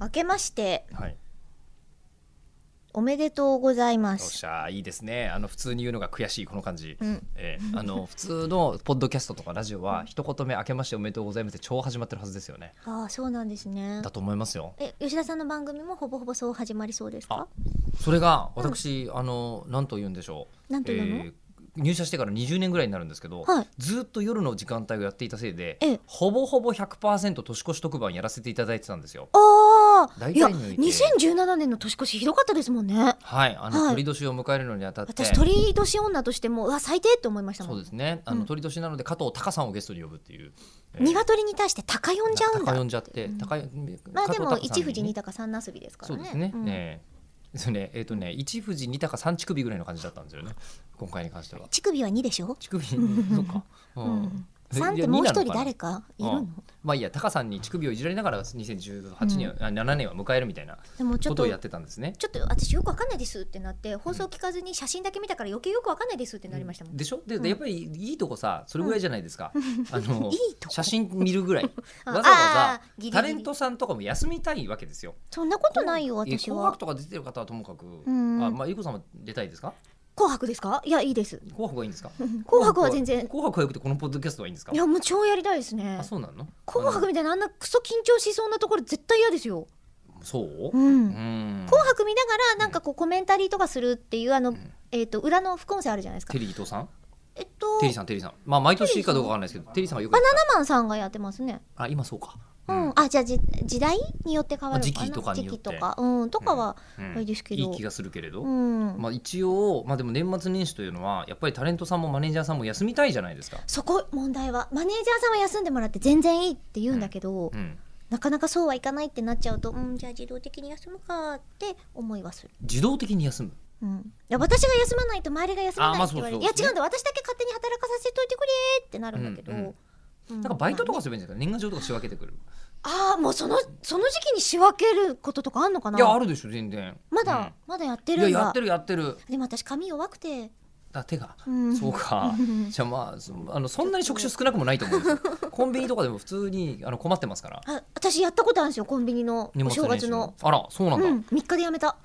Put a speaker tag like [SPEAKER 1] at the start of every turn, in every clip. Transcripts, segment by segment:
[SPEAKER 1] 明けまして
[SPEAKER 2] はい、
[SPEAKER 1] おめでとうございま
[SPEAKER 2] よっ
[SPEAKER 1] す
[SPEAKER 2] しゃーいいですねあの普通に言うのが悔しいこの感じ、
[SPEAKER 1] うん
[SPEAKER 2] ええあの普通のポッドキャストとかラジオは一言目「明けましておめでとうございます」って超始まってるはずですよね
[SPEAKER 1] ああそうなんですね
[SPEAKER 2] だと思いますよ
[SPEAKER 1] え吉田さんの番組もほぼほぼそう始まりそうですか
[SPEAKER 2] それが私、あの何と言うんでしょう
[SPEAKER 1] なんていうの
[SPEAKER 2] えー入社してから20年ぐらいになるんですけど、
[SPEAKER 1] はい
[SPEAKER 2] ずっと夜の時間帯をやっていたせいで
[SPEAKER 1] ええ
[SPEAKER 2] ほぼほぼ100%年越し特番やらせていただいてたんですよ。
[SPEAKER 1] ああ
[SPEAKER 2] 大
[SPEAKER 1] いや
[SPEAKER 2] 体抜いて
[SPEAKER 1] 2017年の年越しひどかったですもんね
[SPEAKER 2] はい、あの、
[SPEAKER 1] はい
[SPEAKER 2] 鳥年を迎えるのにあたって
[SPEAKER 1] 私鳥年女としてもうわ最低って思いましたも
[SPEAKER 2] そ
[SPEAKER 1] ん
[SPEAKER 2] うですねあ
[SPEAKER 1] う
[SPEAKER 2] の
[SPEAKER 1] ん
[SPEAKER 2] 鳥年なので加藤隆さんをゲストに呼ぶっていう、えー
[SPEAKER 1] 鶏に対して高呼んじゃうん
[SPEAKER 2] 高呼
[SPEAKER 1] だ
[SPEAKER 2] んじゃって、
[SPEAKER 1] うん
[SPEAKER 2] 高い
[SPEAKER 1] まあでも一富士二
[SPEAKER 2] 鷹
[SPEAKER 1] 鷹三なすびですから
[SPEAKER 2] そう
[SPEAKER 1] ね
[SPEAKER 2] ですね、
[SPEAKER 1] うん
[SPEAKER 2] ええですねえっ、とね一富士二鷹三乳首ぐらいの感じだったんですよね今回に関しては
[SPEAKER 1] 乳首は2でしょ
[SPEAKER 2] 乳首そうか、う
[SPEAKER 1] うんん、3っ
[SPEAKER 2] いや
[SPEAKER 1] てもう一
[SPEAKER 2] 二な
[SPEAKER 1] 人
[SPEAKER 2] のかな
[SPEAKER 1] 誰かいるの
[SPEAKER 2] うんまあいいや高さんに乳首をいじられながら2018年、あ7年は迎えるみたいな
[SPEAKER 1] でもちょ
[SPEAKER 2] こ
[SPEAKER 1] っ
[SPEAKER 2] とを
[SPEAKER 1] と
[SPEAKER 2] やってたんですね
[SPEAKER 1] ちょっと私よくわかんないですってなって放送聞かずに写真だけ見たから余計よくわかんないですってなりましたもん、
[SPEAKER 2] でしょで,、
[SPEAKER 1] うん
[SPEAKER 2] でやっぱりいいとこさそれぐらいじゃないですか、あ の
[SPEAKER 1] いいとこ
[SPEAKER 2] 写真見るぐらい
[SPEAKER 1] あ
[SPEAKER 2] わざわ
[SPEAKER 1] あーギリギ
[SPEAKER 2] ざ
[SPEAKER 1] リ
[SPEAKER 2] タレントさんとかも休みたいわけですよ
[SPEAKER 1] そんなことないよ
[SPEAKER 2] え
[SPEAKER 1] 私
[SPEAKER 2] 紅白
[SPEAKER 1] は
[SPEAKER 2] とか出てる方はともかく、
[SPEAKER 1] ん
[SPEAKER 2] あまあゆうこさんも出たいですか
[SPEAKER 1] 紅白ですかいやいいです
[SPEAKER 2] 紅白がいいんですか
[SPEAKER 1] うん 紅白は全然
[SPEAKER 2] 紅白はよくてこのポッドキャストはいいんですか
[SPEAKER 1] いやもう超やりたいですね
[SPEAKER 2] あそうなの
[SPEAKER 1] 紅白みたいなあんなクソ緊張しそうなところ絶対嫌ですよ
[SPEAKER 2] あのそう
[SPEAKER 1] う、ん、
[SPEAKER 2] うん、
[SPEAKER 1] 紅白見ながらなんかこうコメンタリーとかするっていうあの、えっ、と裏の副音声あるじゃないですか
[SPEAKER 2] テリー伊藤さん
[SPEAKER 1] えっと
[SPEAKER 2] テリーさんテリーさんまあ毎年かどうかわかんないですけどテリーさんはよく
[SPEAKER 1] バナナマンさんがやってますね
[SPEAKER 2] あ今そうか
[SPEAKER 1] うん、
[SPEAKER 2] うん
[SPEAKER 1] あじゃあじ時代によって変わるの
[SPEAKER 2] まあ時期とかによって
[SPEAKER 1] 時期とかうんとかは
[SPEAKER 2] うん
[SPEAKER 1] あれですけ
[SPEAKER 2] い
[SPEAKER 1] ど、
[SPEAKER 2] い気がするけれど、
[SPEAKER 1] うん、
[SPEAKER 2] まあ一応まあでも年末年始というのはやっぱりタレントさんもマネージャーさんも休みたいじゃないですか
[SPEAKER 1] そこ問題はマネージャーさんは休んでもらって全然いいって言うんだけど、
[SPEAKER 2] うん
[SPEAKER 1] なかなかそうはいかないってなっちゃうとうんじゃあ自動的に休むかって思いはする、
[SPEAKER 2] 自動的に休む
[SPEAKER 1] うん、いや私が休まないと周りが休ま
[SPEAKER 2] あ
[SPEAKER 1] な
[SPEAKER 2] ま
[SPEAKER 1] い
[SPEAKER 2] あ
[SPEAKER 1] って言われる、
[SPEAKER 2] そうそ
[SPEAKER 1] い
[SPEAKER 2] う
[SPEAKER 1] や違うんだ私だけ勝手に働かさせといてくれってなるんだけど、
[SPEAKER 2] う
[SPEAKER 1] うんん
[SPEAKER 2] うんなんかバイトと
[SPEAKER 1] ま
[SPEAKER 2] かすればいいんじゃない年賀状とか仕分けてくる、
[SPEAKER 1] あね、あーもうそのその時期に仕分けることとかあんのかない
[SPEAKER 2] やあるでしょ全然
[SPEAKER 1] まだ、
[SPEAKER 2] うん
[SPEAKER 1] まだやって
[SPEAKER 2] い
[SPEAKER 1] る
[SPEAKER 2] や
[SPEAKER 1] んだ
[SPEAKER 2] やってるやってる
[SPEAKER 1] でも私髪弱くて
[SPEAKER 2] だ手が、
[SPEAKER 1] うん
[SPEAKER 2] そうか
[SPEAKER 1] うん
[SPEAKER 2] じゃあまあそあのそんなに職種少なくもないと思うんですよ コンビニとかでも普通にあの困ってますから
[SPEAKER 1] あ私やったことあるんですよコンビニのお正月の
[SPEAKER 2] あらそうなんだ、
[SPEAKER 1] うん、3日でやめた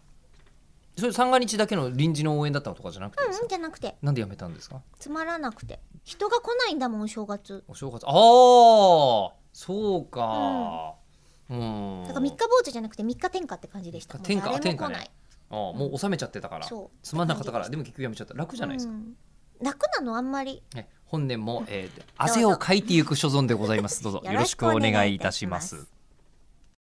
[SPEAKER 2] それ三が日だけの臨時の応援だったとかじゃなくてです
[SPEAKER 1] う
[SPEAKER 2] か
[SPEAKER 1] んじゃなくて
[SPEAKER 2] なんでやめたんですか
[SPEAKER 1] つまらなくて人が来ないんだもんお正月
[SPEAKER 2] お正月ああそうかうん、
[SPEAKER 1] だから三日坊主じゃなくて三日天下って感じでした
[SPEAKER 2] 三日天
[SPEAKER 1] もう
[SPEAKER 2] 下
[SPEAKER 1] 誰も
[SPEAKER 2] 天下
[SPEAKER 1] 来
[SPEAKER 2] ね
[SPEAKER 1] ない
[SPEAKER 2] あーもう収めちゃってたから
[SPEAKER 1] そう
[SPEAKER 2] つまんなかったからでも結局やめちゃった楽じゃないですか、
[SPEAKER 1] うん楽なのあんまり
[SPEAKER 2] ね、本年も、えー汗をかいていく所存でございますどうぞよろしくお願いいたします